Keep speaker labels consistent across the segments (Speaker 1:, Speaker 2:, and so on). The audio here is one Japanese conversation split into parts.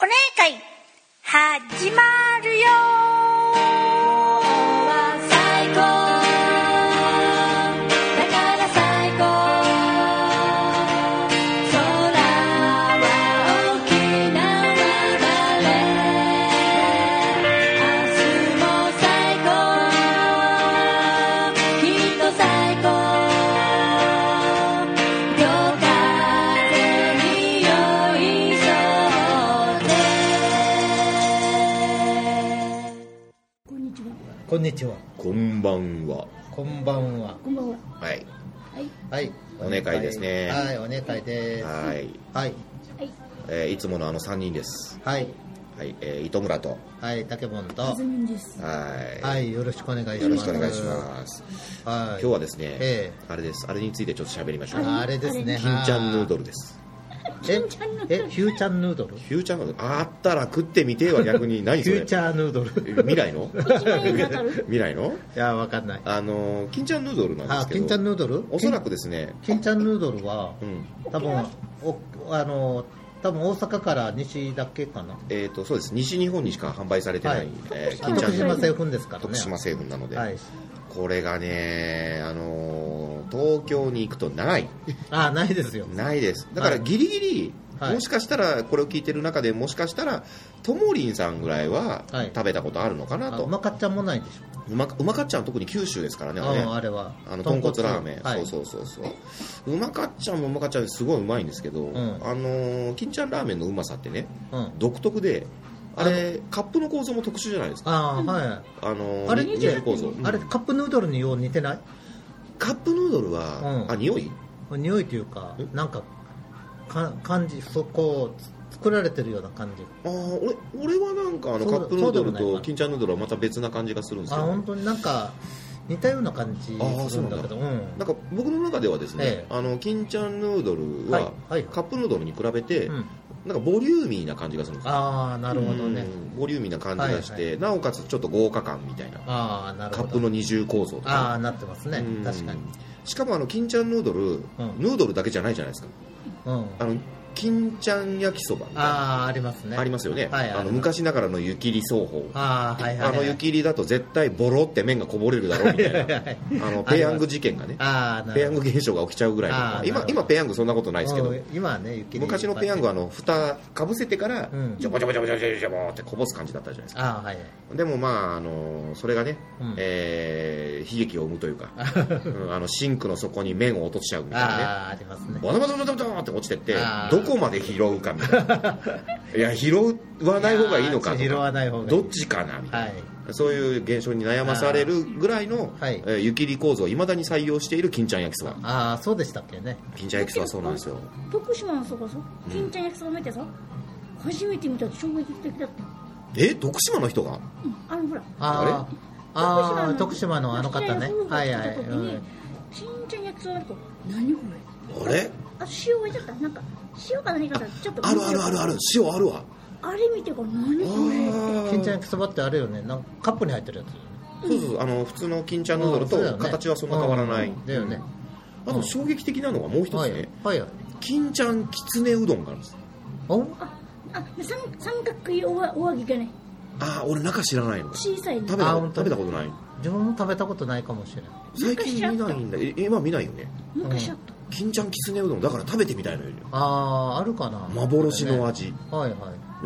Speaker 1: お願い始まるよ
Speaker 2: 最高だから最高空は沖縄だれ明日も最高きっと最高夜風に酔いそうで
Speaker 3: こんにちは。
Speaker 4: こんにちは。
Speaker 5: こんばんは。
Speaker 4: こんばんは。
Speaker 3: こんばんは。
Speaker 5: はい。
Speaker 3: はい。
Speaker 4: はい。
Speaker 5: お願いですね
Speaker 4: はい、お願いです。
Speaker 5: はい。
Speaker 4: は
Speaker 3: は
Speaker 4: い。
Speaker 3: い。
Speaker 5: えーいつものあの3人です。
Speaker 4: はい。
Speaker 5: はい。えー糸村と。
Speaker 4: はい、竹本と。
Speaker 3: あずみんです。
Speaker 5: はい。
Speaker 4: はい、よろしくお願いします。
Speaker 5: よろしくお願いします。
Speaker 4: す。はい。
Speaker 5: 今日はですね、
Speaker 4: え
Speaker 5: あれです。あれについてちょっと喋りましょう。
Speaker 4: あれですね。
Speaker 5: 金ちゃんヌード
Speaker 4: ル。
Speaker 5: ルです。
Speaker 4: え、え、ヒューちゃんヌードル
Speaker 5: ヒューちゃんヌードル。あったら食ってみては逆に何
Speaker 4: ヒ
Speaker 5: そ
Speaker 4: ュ
Speaker 5: れ
Speaker 4: ーチャーヌードル。い
Speaker 5: 未来の 未来の
Speaker 4: や、わか んない。
Speaker 5: あのー、金ちゃんヌードルなんで
Speaker 4: あ
Speaker 5: す、けど。
Speaker 4: 金ちゃんヌードル
Speaker 5: おそらくですね、
Speaker 4: 金ちゃんヌードルは、
Speaker 5: うん。
Speaker 4: 多分、おあの、多分大阪から西だけかな。
Speaker 5: えっ、と、そうです。西日本にしか販売されてない、
Speaker 4: はい
Speaker 5: えー金ちゃ
Speaker 4: 徳
Speaker 5: んヌー
Speaker 4: 島
Speaker 5: ドル。
Speaker 4: 製粉ですからね。
Speaker 5: 徳島製粉なので。
Speaker 4: はい。
Speaker 5: これがね、あのー東京に行くとない、
Speaker 4: あ、ないですよ。
Speaker 5: ないです、だから
Speaker 4: はい
Speaker 5: ギリギリ、
Speaker 4: はい
Speaker 5: もしかしたら、これを聞いてる中で、もしかしたら、ともりんさんぐらいは
Speaker 4: はい
Speaker 5: 食べたことあるのかな
Speaker 4: あ
Speaker 5: と、
Speaker 4: うまかっちゃんもないでしょ。
Speaker 5: うまかうまかっちゃん、特に九州ですからね、あれ
Speaker 4: うんあ
Speaker 5: ね
Speaker 4: れは
Speaker 5: あの豚骨ラーメン、
Speaker 4: はい、
Speaker 5: そうそうそうそう、うまかっちゃんもうまかっちゃんですごいうまいんですけど、
Speaker 4: ん
Speaker 5: あのー金ちゃんラーメンのうまさってね、
Speaker 4: うん、
Speaker 5: 独特で、あれ、カップの構造も特殊じゃないですか、
Speaker 4: ああは
Speaker 5: あの
Speaker 4: い
Speaker 5: ー
Speaker 4: あれ
Speaker 5: に
Speaker 4: っ
Speaker 5: 二
Speaker 4: て
Speaker 5: 重構造、
Speaker 4: あれ
Speaker 5: うん
Speaker 4: カップヌードルによう似てない
Speaker 5: カップヌードルは、
Speaker 4: うん
Speaker 5: あ匂い
Speaker 4: 匂いというか
Speaker 5: え
Speaker 4: なんかか感じそこを作られてるような感じ
Speaker 5: ああ俺俺はなんかあの
Speaker 4: そう
Speaker 5: カップヌード
Speaker 4: そ
Speaker 5: ル
Speaker 4: うでもない
Speaker 5: と
Speaker 4: か
Speaker 5: 金ちゃんヌードルはまた別な感じがするんです
Speaker 4: あ
Speaker 5: けど
Speaker 4: 本当になんか似たような感じ
Speaker 5: あー
Speaker 4: するんだけど
Speaker 5: そううんなんか僕の中ではですね、
Speaker 4: ええ
Speaker 5: あの金ちゃんヌードルは
Speaker 4: はいはい
Speaker 5: カップヌードルに比べて、
Speaker 4: うん
Speaker 5: なんかボリューミーな感じがするんですよ
Speaker 4: ああなるほどね、
Speaker 5: うんボリューミーな感じがして、
Speaker 4: はい
Speaker 5: なおかつちょっと豪華感みたいな
Speaker 4: ああなる
Speaker 5: カ
Speaker 4: ほ
Speaker 5: ッ
Speaker 4: ど
Speaker 5: プの二重構造と
Speaker 4: ああ
Speaker 5: か
Speaker 4: なってますね
Speaker 5: うん
Speaker 4: 確かに
Speaker 5: しかもあの金ちゃんヌードル、ヌードルだけじゃないじゃないですか
Speaker 4: うん
Speaker 5: あの金ちゃん焼きそばみたいな
Speaker 4: ああーありますね
Speaker 5: ありますよね、
Speaker 4: はい
Speaker 5: あ
Speaker 4: あ
Speaker 5: の
Speaker 4: の
Speaker 5: 昔ながらの湯切り奏法
Speaker 4: ああはいはい
Speaker 5: あ
Speaker 4: はい
Speaker 5: の湯切りだと絶対ボロって麺がこぼれるだろうみたいな、
Speaker 4: はい
Speaker 5: あのペヤング事件がね、
Speaker 4: ああな
Speaker 5: ペヤ
Speaker 4: る
Speaker 5: ン
Speaker 4: ほ
Speaker 5: グ
Speaker 4: ど
Speaker 5: 現象が起きちゃうぐらい
Speaker 4: あーな
Speaker 5: の
Speaker 4: る
Speaker 5: 今
Speaker 4: ほ、ど
Speaker 5: 今ペヤングそんなことないですけど
Speaker 4: う、ん今はね雪
Speaker 5: 昔のペヤングはあの蓋かぶせてから
Speaker 4: うん、
Speaker 5: ジョボジョボジョボジョボジョボジョボってこぼす感じだったじゃないですか。
Speaker 4: ああはいはい
Speaker 5: でもまあ、あのそれがね、
Speaker 4: うん
Speaker 5: えー悲劇を生むとい うか、うんあのシンクの底に麺を落としちゃうみたいなね。
Speaker 4: ああありますね
Speaker 5: ボタボタボタボタって落ちてって
Speaker 4: あー
Speaker 5: どこまで拾うかみたいないや拾わない方がいいのかとか
Speaker 4: いやー拾わない方がいい
Speaker 5: どっちかなみたい
Speaker 4: は
Speaker 5: な、
Speaker 4: い
Speaker 5: そういう現象に悩まされるぐらいの、
Speaker 4: あーはい
Speaker 5: えー湯切り構造をいまだに採用している金ちゃん焼きそば
Speaker 4: ああそうでしたっけね
Speaker 5: 金ちゃん焼きそばそうなんですよ
Speaker 3: 徳島のそこさ、
Speaker 1: 金ちゃん焼きそば見てさ初めて見たって衝撃的だったよ
Speaker 5: え徳島の人が
Speaker 1: うんあのほら
Speaker 4: あーあー徳島のあの方ねはいはい、
Speaker 1: う
Speaker 4: うん
Speaker 1: ん、金ちゃん焼きそばあると何これ
Speaker 5: あれ
Speaker 1: あ塩置いてあったなんか塩か何かだちょっと
Speaker 5: あるあるあるある塩あるわ
Speaker 1: あれ見てこれ何
Speaker 5: あ
Speaker 1: これ
Speaker 5: ー
Speaker 4: 金ちゃん焼きそばってあれよねなんかカップに入ってるやつよね
Speaker 5: そうそうそうあの普通の金ちゃんヌードル
Speaker 4: そうだよ
Speaker 5: と
Speaker 4: ね
Speaker 5: 形はそんな変わらない、
Speaker 4: うんだよね
Speaker 5: あと衝撃的なのはもう一つね、
Speaker 4: はいはいはいはい
Speaker 5: 金ちゃんきつねうどんがあるんです
Speaker 4: お
Speaker 1: ああ三三角いおわお揚げがね
Speaker 5: ああ俺中知らないの食
Speaker 1: 小さい
Speaker 5: べ
Speaker 1: の
Speaker 5: た
Speaker 4: あ本当
Speaker 5: 食べたことない
Speaker 4: 自分も食べたことないかもしれない
Speaker 5: 最近見ないんだえ今見ないよね
Speaker 1: 昔あった
Speaker 5: 金ちゃんきつねうどんだから食べてみたいのよ
Speaker 4: あああるかな
Speaker 5: 幻の味、
Speaker 4: はいはい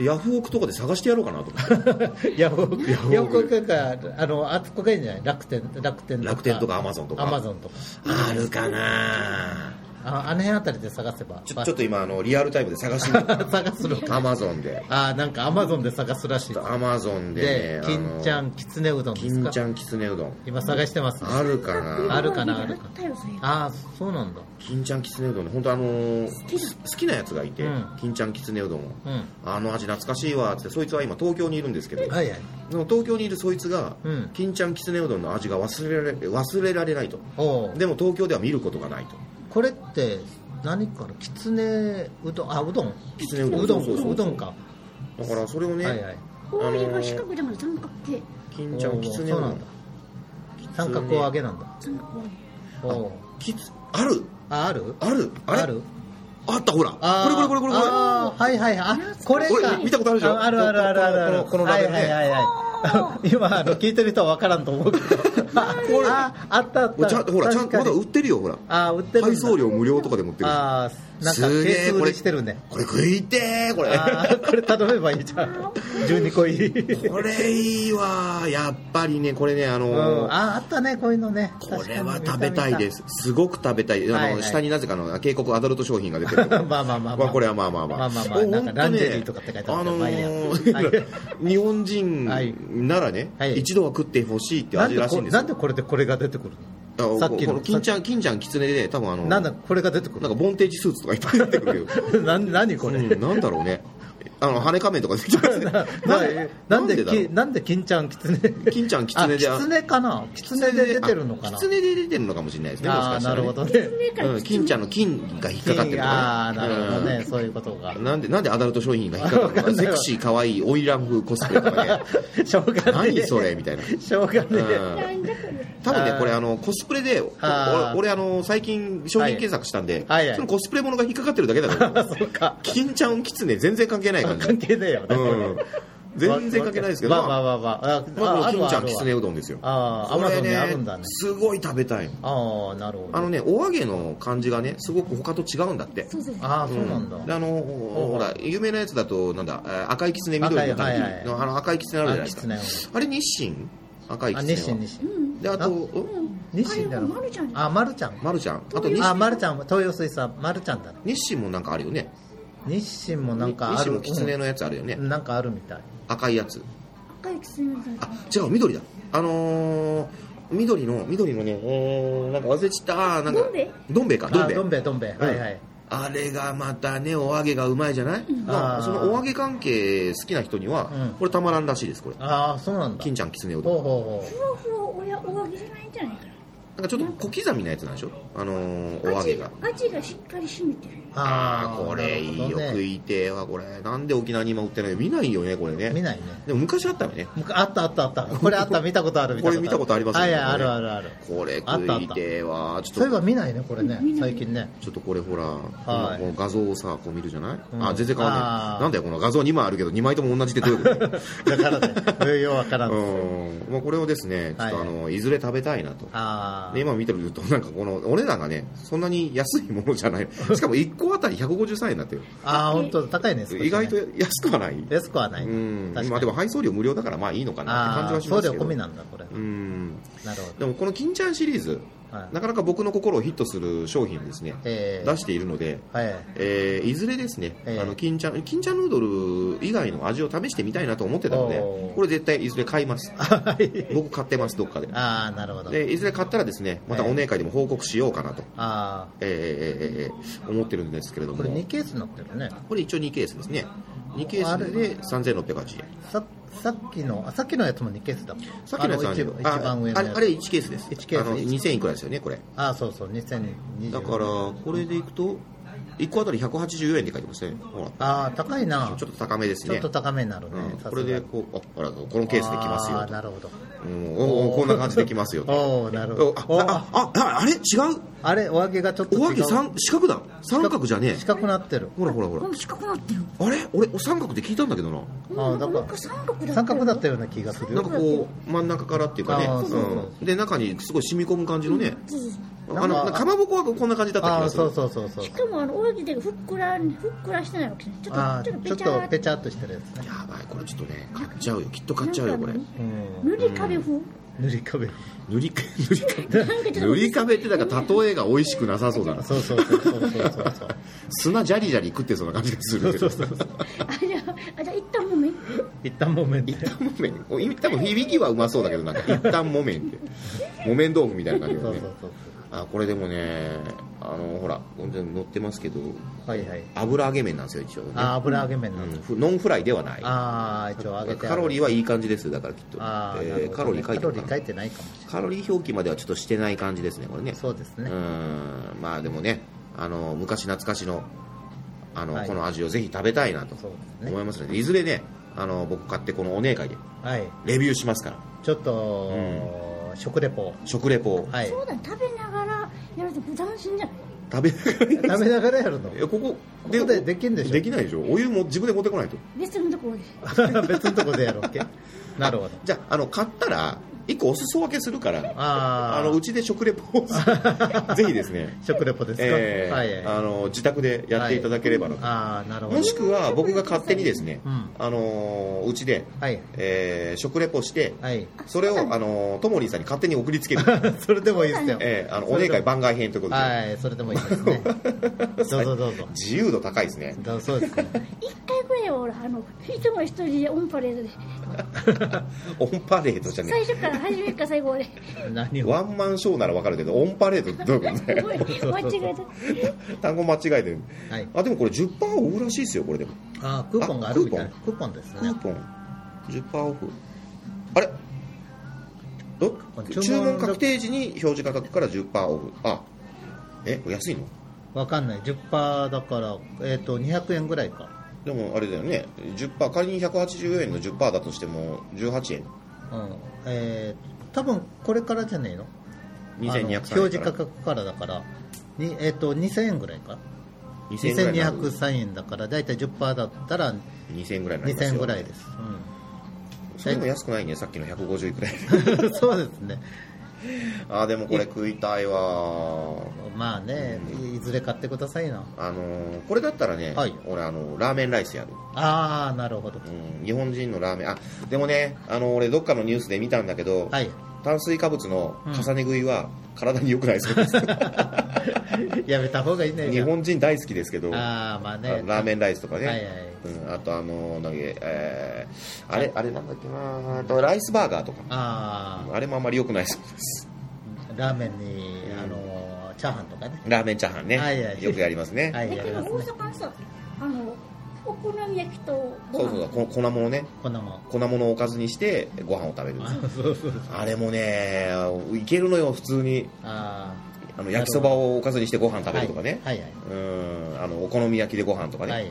Speaker 5: ヤフオクとかで探してやろうかなと思 って
Speaker 4: ヤフオク、ヤフオクか、あの、あそこがいいんじゃない楽天、楽天とか。
Speaker 5: 楽天とかアマゾンとか
Speaker 4: アマゾンとか。
Speaker 5: あるかな
Speaker 4: ああの辺あたりで探せば。
Speaker 5: ちょちょっと今あのリアルタイムで探してみ
Speaker 4: 探すのか。
Speaker 5: アマゾンで
Speaker 4: あーなんかアマゾンで探すらしいです。
Speaker 5: アマゾンで
Speaker 4: で、
Speaker 5: ね
Speaker 4: 金ちゃ
Speaker 5: あの
Speaker 4: んきつねうどんです
Speaker 5: 金
Speaker 4: か
Speaker 5: ちゃんきつねうどん
Speaker 4: 今探してますね。
Speaker 5: あるかな
Speaker 4: あるかな
Speaker 1: あったよそれ
Speaker 4: ああ、そうなんだ。
Speaker 5: 金ちゃんきつねうどんね本当あのーす好きなやつがいて、
Speaker 4: うん
Speaker 5: 金ちゃんきつねうどんを
Speaker 4: うん。
Speaker 5: あの味懐かしいわっつってそいつは今東京にいるんですけど
Speaker 4: はいはい。
Speaker 5: でも東京にいるそいつが、
Speaker 4: うん
Speaker 5: 金ちゃんきつねうどんの味が忘れられ忘れられないと
Speaker 4: おう
Speaker 5: でも東京では見ることがないと
Speaker 4: これって、何かなきつねうどん、あ、うどん。
Speaker 5: きつねうどん
Speaker 4: うどん、
Speaker 5: そうそうそう
Speaker 4: うどんか。
Speaker 5: だからそれをね、
Speaker 4: はいはい。
Speaker 1: 大揚げが四角でも三角形
Speaker 5: 金ちゃんきつねう
Speaker 4: そう
Speaker 5: ど
Speaker 4: なんんだ。三角を揚げなんだ。
Speaker 1: 三角
Speaker 4: おう
Speaker 5: きつある
Speaker 4: あ、ある
Speaker 5: あるあれ
Speaker 4: ある
Speaker 5: あったほらこれこれこれこれこれ
Speaker 4: あーはいはいはいあこれか
Speaker 5: 俺見たことあるでしょ
Speaker 4: ああるあるあるあるある
Speaker 5: このこのこのラベルね
Speaker 4: はいはいはいはい 今あの聞いてる人は分からんと思うけ どあ
Speaker 5: これ
Speaker 4: ああったあった
Speaker 5: おちゃんほらちゃん
Speaker 4: 確か
Speaker 5: ま
Speaker 4: に
Speaker 5: だ売ってるよほら
Speaker 4: あー売ってるんだ
Speaker 5: 配送料無料とかでも売ってる
Speaker 4: あーなんか
Speaker 5: すげえ
Speaker 4: ケース
Speaker 5: こ
Speaker 4: 売
Speaker 5: れ
Speaker 4: りしてるね
Speaker 5: これ食いてーこれ
Speaker 4: あーこれ頼めばいいじゃん12個 入りう
Speaker 5: これいいわやっぱりねこれねあ
Speaker 4: ん
Speaker 5: のー
Speaker 4: あーあったねこういうのね
Speaker 5: これは
Speaker 4: 確か
Speaker 5: 食
Speaker 4: に
Speaker 5: べたいですすごく食べたい
Speaker 4: は
Speaker 5: あ
Speaker 4: い
Speaker 5: の
Speaker 4: はい
Speaker 5: 下になぜかの警告アダルト商品が出てるけ ど
Speaker 4: まあまあまあまあ
Speaker 5: これはまあまあまあ
Speaker 4: まあまあまあ
Speaker 5: お
Speaker 4: なんか
Speaker 5: 本当ね
Speaker 4: ランジェリーとかって書いてあ
Speaker 5: あ
Speaker 4: るけど
Speaker 5: の
Speaker 4: まあいいや
Speaker 5: ー 日本
Speaker 4: はい
Speaker 5: 人ならね
Speaker 4: はい
Speaker 5: 一度は食ってほしいって
Speaker 4: なん
Speaker 5: 味
Speaker 4: で
Speaker 5: らしい
Speaker 4: こ
Speaker 5: んです
Speaker 4: なん
Speaker 5: よ
Speaker 4: でこれでこれが出てくるのさっき
Speaker 5: あこ
Speaker 4: の
Speaker 5: 金ちゃん金ちゃんキツネで多分あの
Speaker 4: なんだこれが出てく
Speaker 5: な
Speaker 4: る
Speaker 5: んかボンテージスーツとかいっぱい出てくるよ
Speaker 4: な何これ、
Speaker 5: うんなんだろうねあの羽根仮面とか出てきますね
Speaker 4: ななんで
Speaker 5: だろう
Speaker 4: きなんで金ちゃんキツネ
Speaker 5: 金ちゃんキツネで
Speaker 4: あキツネかなキツネで出てるのかな
Speaker 5: キツネで出てるのかもしれないですねもし
Speaker 4: あ
Speaker 5: か
Speaker 4: あ
Speaker 5: した
Speaker 4: な
Speaker 5: ら
Speaker 4: る
Speaker 5: ね
Speaker 4: ほどね
Speaker 5: うん金ちゃんの金が引っかかってると
Speaker 4: あ
Speaker 5: か
Speaker 4: あ
Speaker 5: ね
Speaker 4: なるほどね、
Speaker 5: うん
Speaker 4: そういうことが
Speaker 5: なんでなんでアダルト商品が引っかかってるのか
Speaker 4: わかんない
Speaker 5: セ
Speaker 4: わ
Speaker 5: クシー可愛いオイラン風コスプレとか ね
Speaker 4: しょうがねえ
Speaker 5: 何それみたいな
Speaker 4: しょうがねえ、
Speaker 5: うん多分ね
Speaker 4: あー
Speaker 5: これあのコスプレでお
Speaker 4: あー
Speaker 5: 俺俺あの最近商品検索したんで、
Speaker 4: はいはいはい
Speaker 5: そのコスプレものが引っかかってるだけだか ら
Speaker 4: そうか
Speaker 5: 金ちゃんキツネ全然関係ない感じ
Speaker 4: 関係ねえよね、これ
Speaker 5: うん全然関係ないですけど、
Speaker 4: まあまあまあまああ
Speaker 5: まあ
Speaker 4: あ
Speaker 5: こ
Speaker 4: ある
Speaker 5: の金
Speaker 4: わ
Speaker 5: ちゃ
Speaker 4: あ
Speaker 5: ん
Speaker 4: る
Speaker 5: きつねうどんですよ。
Speaker 4: あー
Speaker 5: これ
Speaker 4: Amazon にあるんだね
Speaker 5: すごい食べたいの。
Speaker 4: わあーなるほど
Speaker 5: あのね、お揚げの感じがね、すごく他と違うんだって。
Speaker 1: そうそう
Speaker 4: ああそうなんだ、
Speaker 5: であのほら有名なやつだとなんだえー赤いキツネ緑
Speaker 4: 赤
Speaker 5: の
Speaker 4: いはいはい
Speaker 5: あの赤いキツネあるじゃないですか
Speaker 4: あキツ
Speaker 5: あれ日清赤い
Speaker 4: あ
Speaker 5: キ
Speaker 4: 日
Speaker 5: ツ
Speaker 4: 清
Speaker 5: ネ
Speaker 4: 日
Speaker 5: は
Speaker 4: 清
Speaker 1: うん
Speaker 5: であ
Speaker 4: あ
Speaker 5: とお
Speaker 4: 日清だろ
Speaker 1: あれ丸ちゃん
Speaker 4: あ丸ちゃん
Speaker 5: マルちゃんあと日
Speaker 4: あ
Speaker 5: 清
Speaker 4: 丸ちゃんも東洋水産丸ちゃんだ
Speaker 5: 日清もなんかあるよね
Speaker 4: 日清もなんか
Speaker 5: 日
Speaker 4: あ
Speaker 5: 清
Speaker 4: る
Speaker 5: もキツネのやつあるよね
Speaker 4: うんなんかあるみたい
Speaker 5: 赤いやつ
Speaker 1: 赤いキツネみたいな
Speaker 5: あ違う緑だあのー緑の緑のねえーなんか忘れちゃったあーなんか
Speaker 1: どん兵衛
Speaker 5: どん兵衛かどん
Speaker 4: あ
Speaker 5: 兵衛
Speaker 4: どん兵衛どん兵衛はいはい、
Speaker 5: あれがまたねお揚げがうまいじゃない、
Speaker 4: あ
Speaker 5: まあ、
Speaker 4: ー
Speaker 5: そのお揚げ関係好きな人には、
Speaker 4: うん
Speaker 5: これたまらんらしいですこれ
Speaker 4: ああそうなんだ
Speaker 5: 金ちゃんきつねうどん
Speaker 4: ほうほう
Speaker 1: ふわふわおやお揚げじゃないんじゃないかな
Speaker 5: なんかちょっと小刻みなやつなんでしょあのー、お揚げ
Speaker 1: 味
Speaker 5: が
Speaker 1: 味がしっかり染みてる
Speaker 4: ほう
Speaker 5: ああーこれいいよ、
Speaker 4: なるほど
Speaker 5: 食
Speaker 4: ね
Speaker 5: いてえわこれなんで沖縄に今売ってないの見ないよねこれね
Speaker 4: 見ないね
Speaker 5: でも昔あったよね
Speaker 4: むかあったあったあったこれあった見たことある
Speaker 5: これ見たことありますよ
Speaker 4: は
Speaker 5: ね
Speaker 4: いはいあるあるある
Speaker 5: これ
Speaker 4: あったあ
Speaker 5: 食
Speaker 4: っ
Speaker 5: い
Speaker 4: た
Speaker 5: てえわち
Speaker 4: そう
Speaker 5: ょ
Speaker 4: い
Speaker 5: っ
Speaker 4: えば
Speaker 5: と
Speaker 4: 見ないねこれね
Speaker 1: 見ない
Speaker 4: 最近ね
Speaker 5: ちょっとこれほら、
Speaker 4: はい
Speaker 5: この画像をさこう見るじゃない、
Speaker 4: うん
Speaker 5: あ全然変わん
Speaker 4: あ
Speaker 5: ない
Speaker 4: ー
Speaker 5: なんだよこの画像2枚あるけど2枚とも同じってどういう こと
Speaker 4: だからねようわからんです
Speaker 5: うんまあ、これをですねちょっとあの、いずれ食べたいなと
Speaker 4: あ
Speaker 5: で今見てるとなんかこのお値段がねそんなに安いものじゃない しかも1個あたり153円になってる
Speaker 4: あああ本当だ高いね少しね
Speaker 5: 意外と安くはない
Speaker 4: 安くはない
Speaker 5: うん
Speaker 4: 確かに
Speaker 5: まあでも配送料無料だからまあいいのか
Speaker 4: あ
Speaker 5: なって感じ
Speaker 4: あ
Speaker 5: はしま
Speaker 4: 送
Speaker 5: す
Speaker 4: 料
Speaker 5: けど
Speaker 4: 込みなんだこれ
Speaker 5: うん
Speaker 4: なるほ
Speaker 5: でもこの金ちゃんシリーズ
Speaker 4: どはい
Speaker 5: なかなか僕の心をヒットする商品をですね
Speaker 4: えー
Speaker 5: 出しているので
Speaker 4: はい
Speaker 5: えーいずれですね、
Speaker 4: ええ
Speaker 5: あの金ちゃん金ちゃんヌードル以外の味を試してみたいなと思ってたので
Speaker 4: おー
Speaker 5: これ絶対いずれ買います僕買ってますどっかで
Speaker 4: ああなるほど
Speaker 5: でいずれ買ったらですねまたお姉会でも報告しようかなと
Speaker 4: あ
Speaker 5: えーえーえーえー思ってるんですけれど
Speaker 4: あ
Speaker 5: も
Speaker 4: これ2ケースになってるね
Speaker 5: これ一応2ケースですね2ケ
Speaker 4: あ
Speaker 5: ー
Speaker 4: れ
Speaker 5: スで3680円
Speaker 4: ささっきのあさっきのやつも2ケースだもん
Speaker 5: さっきのやつは
Speaker 4: あ
Speaker 5: ね
Speaker 4: 一番
Speaker 5: あ
Speaker 4: 一番上の
Speaker 5: あれ
Speaker 4: やつ
Speaker 5: あれ1ケースです
Speaker 4: 1ケース
Speaker 5: あの
Speaker 4: 1
Speaker 5: 2000いくらですよねこれ
Speaker 4: ああそうそう2020
Speaker 5: だからこれでいくと1個あたり184円って書いてますねほら
Speaker 4: ああ高いな
Speaker 5: ちょっと高めです
Speaker 4: ちょ
Speaker 5: ね
Speaker 4: っと高めになるね
Speaker 5: う
Speaker 4: さ
Speaker 5: ん、
Speaker 4: すが
Speaker 5: これでこうあほらこのケースできます
Speaker 4: あ
Speaker 5: よ
Speaker 4: あなるほど
Speaker 5: うんおおこんな感じできますよ
Speaker 4: おおなるほ
Speaker 5: お
Speaker 4: ど
Speaker 5: あ
Speaker 4: お
Speaker 5: ああああれ違う
Speaker 4: あれお揚げがちょっと違う
Speaker 5: お揚げ三四角だ三角じゃね
Speaker 4: 四
Speaker 5: え
Speaker 4: 角くなってる
Speaker 5: ほらほらほら
Speaker 1: ほんと近くなってる
Speaker 5: あれ俺お三角って聞いたんだけどな
Speaker 4: あ
Speaker 1: う
Speaker 4: あ
Speaker 1: ん
Speaker 4: だ
Speaker 1: な
Speaker 4: か
Speaker 1: んから三角だ
Speaker 4: 三角だったような気がする
Speaker 5: なん
Speaker 4: よ
Speaker 5: かこう真ん中からっていうかね、
Speaker 4: あーそうそうそう
Speaker 5: うんで中にすごい染み込む感じのね、
Speaker 1: そうそうそう
Speaker 5: あの
Speaker 4: なんか
Speaker 5: かまぼこはこんな感じだった気
Speaker 4: あ
Speaker 5: が
Speaker 4: あ
Speaker 5: する
Speaker 4: そうそうそうそう
Speaker 1: しかもあのお揚げでふっくらふっくらしてないわけですねちょ
Speaker 4: ああ
Speaker 1: っ
Speaker 4: ち
Speaker 1: と
Speaker 4: ょ
Speaker 1: ちょっと
Speaker 4: っ
Speaker 1: ペチャー
Speaker 4: と
Speaker 1: っ
Speaker 4: ペ
Speaker 1: て
Speaker 4: チャっとしてるやつね
Speaker 5: やばいこれちょっとね買っちゃうよきっと買っちゃうよこれ
Speaker 1: なんか
Speaker 4: うん
Speaker 1: 塗り壁風
Speaker 4: 塗り壁
Speaker 5: 塗り壁塗り
Speaker 1: なん
Speaker 5: 壁
Speaker 1: か
Speaker 5: 塗り壁ってだから例えが美味しくなさそうだな
Speaker 4: そうそうそうそうそうそうそう
Speaker 5: 砂ジャリジャリ食ってそうな感じがするけど
Speaker 1: あじゃああじゃあ一旦もめ
Speaker 4: 一旦もめんで
Speaker 5: 木綿おい多分響きはうまそうだけどなんか一旦木綿って木綿豆腐みたいな感
Speaker 4: そ
Speaker 5: じだ
Speaker 4: う
Speaker 5: ね
Speaker 4: そうそう
Speaker 5: あこれでもねあのほら乗ってますけど
Speaker 4: はいはい
Speaker 5: 油揚げ麺なんですよ一応ね、
Speaker 4: ああ油揚げ麺なんだ
Speaker 5: うんノンフライではない
Speaker 4: ああ一応揚げて
Speaker 5: カロリー
Speaker 4: は
Speaker 5: はいい感じですだからきっと、
Speaker 4: ああ
Speaker 5: えー
Speaker 4: なるほどね
Speaker 5: カロリー書いて
Speaker 4: カロ
Speaker 5: る
Speaker 4: リ
Speaker 5: か
Speaker 4: ー
Speaker 5: な
Speaker 4: 書いてないかもし
Speaker 5: カロリー表記まではちょっとしてない感じですねこれね
Speaker 4: れないそうです
Speaker 5: う
Speaker 4: ね
Speaker 5: ーんまあでもねあの昔懐かしのあの、
Speaker 4: はい
Speaker 5: この味をぜひ食べたいなと
Speaker 4: そうですね
Speaker 5: 思いますので、いずれねあの僕買ってこのお姉会で
Speaker 4: はい
Speaker 5: レビューしますから
Speaker 4: ちょっと、食レポ
Speaker 5: 食レポを
Speaker 4: はい
Speaker 1: そうだね食べながらやられても斬新じゃない
Speaker 5: 食べながら
Speaker 4: 食べながらやるの
Speaker 5: いやここ
Speaker 4: ここでできんでしょ
Speaker 5: できないでしょお湯も自分で持ってこないと
Speaker 1: 別のところで
Speaker 4: 別のとこでやろうっけなるほど
Speaker 5: じゃああの買ったら一個お裾分けするから
Speaker 4: あ
Speaker 5: あのうちで食 レポをぜひですね、
Speaker 4: 食レポですか、
Speaker 5: えー
Speaker 4: はいはい
Speaker 5: あの自宅でやっていただければなと、
Speaker 4: あーなるほど
Speaker 5: もしくは僕が勝手にですね、
Speaker 4: うん
Speaker 5: あのうちで、
Speaker 4: はい
Speaker 5: えー食レポして、
Speaker 4: はい
Speaker 5: それをあのともりんさんに勝手に送りつける、
Speaker 4: それでもいいですよ、
Speaker 5: えーあのお願い番外編ということで、
Speaker 4: はいそれでもいいです ねどうぞどうぞ
Speaker 5: 自由度高いですね
Speaker 4: どうそうですね
Speaker 1: 一回ぐらいは俺あのいつも一人でオンパレードで
Speaker 5: オンパレードじゃね
Speaker 1: 最初から初めから最後まで
Speaker 4: 何
Speaker 5: え
Speaker 4: を
Speaker 5: ワンマンショーならわかるけどオンパレードってどういうことだ
Speaker 1: す
Speaker 5: よ
Speaker 1: ごい間違えた
Speaker 5: 単語間違えてる、
Speaker 4: はい
Speaker 5: あでもこれ10%オフらしいですよこれでも
Speaker 4: あークーポンがあるみたい
Speaker 5: あ
Speaker 4: なクーポンです
Speaker 5: ク
Speaker 4: ね
Speaker 5: ーポン10%オフあれど
Speaker 4: これ
Speaker 5: 注
Speaker 4: 注
Speaker 5: 文
Speaker 4: 文
Speaker 5: 確定時に表示価格から10%オフあえこれ安いの
Speaker 4: わかんない10%だから、えー、と200円ぐらいか、
Speaker 5: でもあれだよね10%仮に180円の10%だとしても18円
Speaker 4: うんえー、多分これからじゃねえのあの
Speaker 5: 2200円
Speaker 4: 表示価格からだからに、えー、と2000円ぐらいか2203円だから大体10%だったら
Speaker 5: 2000円ぐらいになります
Speaker 4: 2000
Speaker 5: よ
Speaker 4: 円ぐらいです、
Speaker 5: それでも安くないねさっきの150円くらい
Speaker 4: うんそうですね
Speaker 5: あーでもこれ食いたいわ
Speaker 4: まあねいいずれ買ってくださいな
Speaker 5: あのーこれだったらね、
Speaker 4: はい
Speaker 5: 俺あのラーメンライスやる、
Speaker 4: ああなるほど
Speaker 5: うん、日本人のラーメンあでもねあの俺どっかのニュースで見たんだけど、
Speaker 4: はい
Speaker 5: 炭水化物の重ね食いは体に良くないそ うです、
Speaker 4: やめた方がいいね
Speaker 5: 日本人大好きですけど
Speaker 4: ああまあ
Speaker 5: あの
Speaker 4: ね
Speaker 5: ラーメンライスとかね、
Speaker 4: はいはい
Speaker 5: うん、あとあのなんだっけえーあれあれなんだっけなあとライスバーガーとか
Speaker 4: あ
Speaker 5: あれもあんまり良くないそう です
Speaker 4: あラーメンにあのチャーハンとかね
Speaker 5: ラーメンチャーハンね、
Speaker 4: はいはい
Speaker 5: よくやりますね、
Speaker 4: はい
Speaker 1: だ
Speaker 4: や
Speaker 1: け
Speaker 4: り
Speaker 1: ど
Speaker 4: ます
Speaker 1: 大
Speaker 4: ね
Speaker 1: 阪のさあのお好み焼きとご
Speaker 5: そ
Speaker 1: 飯
Speaker 5: うそうそうこ粉物ね
Speaker 4: こんなもん
Speaker 5: 粉物をおかずにしてご飯を食べる
Speaker 4: そうそうそう
Speaker 5: あれもねいけるのよ普通に
Speaker 4: あ
Speaker 5: あの焼きそばをおかずにしてご飯食べるとかね、
Speaker 4: はいはい
Speaker 5: うんあのお好み焼きでご飯とか
Speaker 4: は
Speaker 5: ね,、
Speaker 4: い、はい、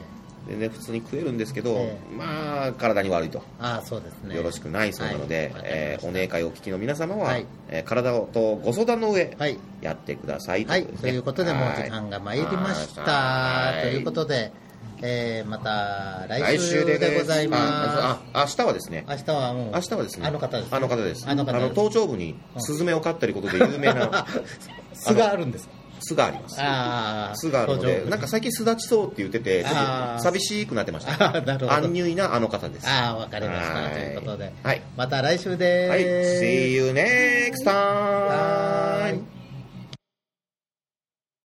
Speaker 5: でね普通に食えるんですけど、
Speaker 4: え
Speaker 5: まあ体に悪いと、
Speaker 4: ああそうですね
Speaker 5: よろしくないそうなので、
Speaker 4: はい
Speaker 5: えーお
Speaker 4: わかりまし
Speaker 5: 願いをお聞きの皆様は、
Speaker 4: はい
Speaker 5: えー体とご相談の上、
Speaker 4: たはい
Speaker 5: やってください
Speaker 4: はい、ということで、もう時間が参りました。ということ
Speaker 5: で
Speaker 4: で、えーまた
Speaker 5: すねは
Speaker 4: 来
Speaker 5: 来週
Speaker 4: 週
Speaker 5: で
Speaker 4: でございま
Speaker 5: ああ明日はですね
Speaker 4: す。明日はもう、
Speaker 5: 明日はですね
Speaker 4: あの方です。
Speaker 5: あの方です
Speaker 4: あの方です
Speaker 5: 頭頂部にスズメを飼ってることで有名な
Speaker 4: 巣があるんですか
Speaker 5: 巣があります
Speaker 4: ああ、
Speaker 5: 巣があるので
Speaker 4: 登場
Speaker 5: なんか最近巣立ちそうって言っててちょっ
Speaker 4: あー
Speaker 5: と寂しくなってまし
Speaker 4: あー なるほ
Speaker 5: た
Speaker 4: ど
Speaker 5: 安入いなあの方です
Speaker 4: ああ、わかりました。
Speaker 5: は
Speaker 4: ということで、
Speaker 5: はい
Speaker 4: また来週で
Speaker 5: はい
Speaker 4: す。
Speaker 5: See you next time
Speaker 4: は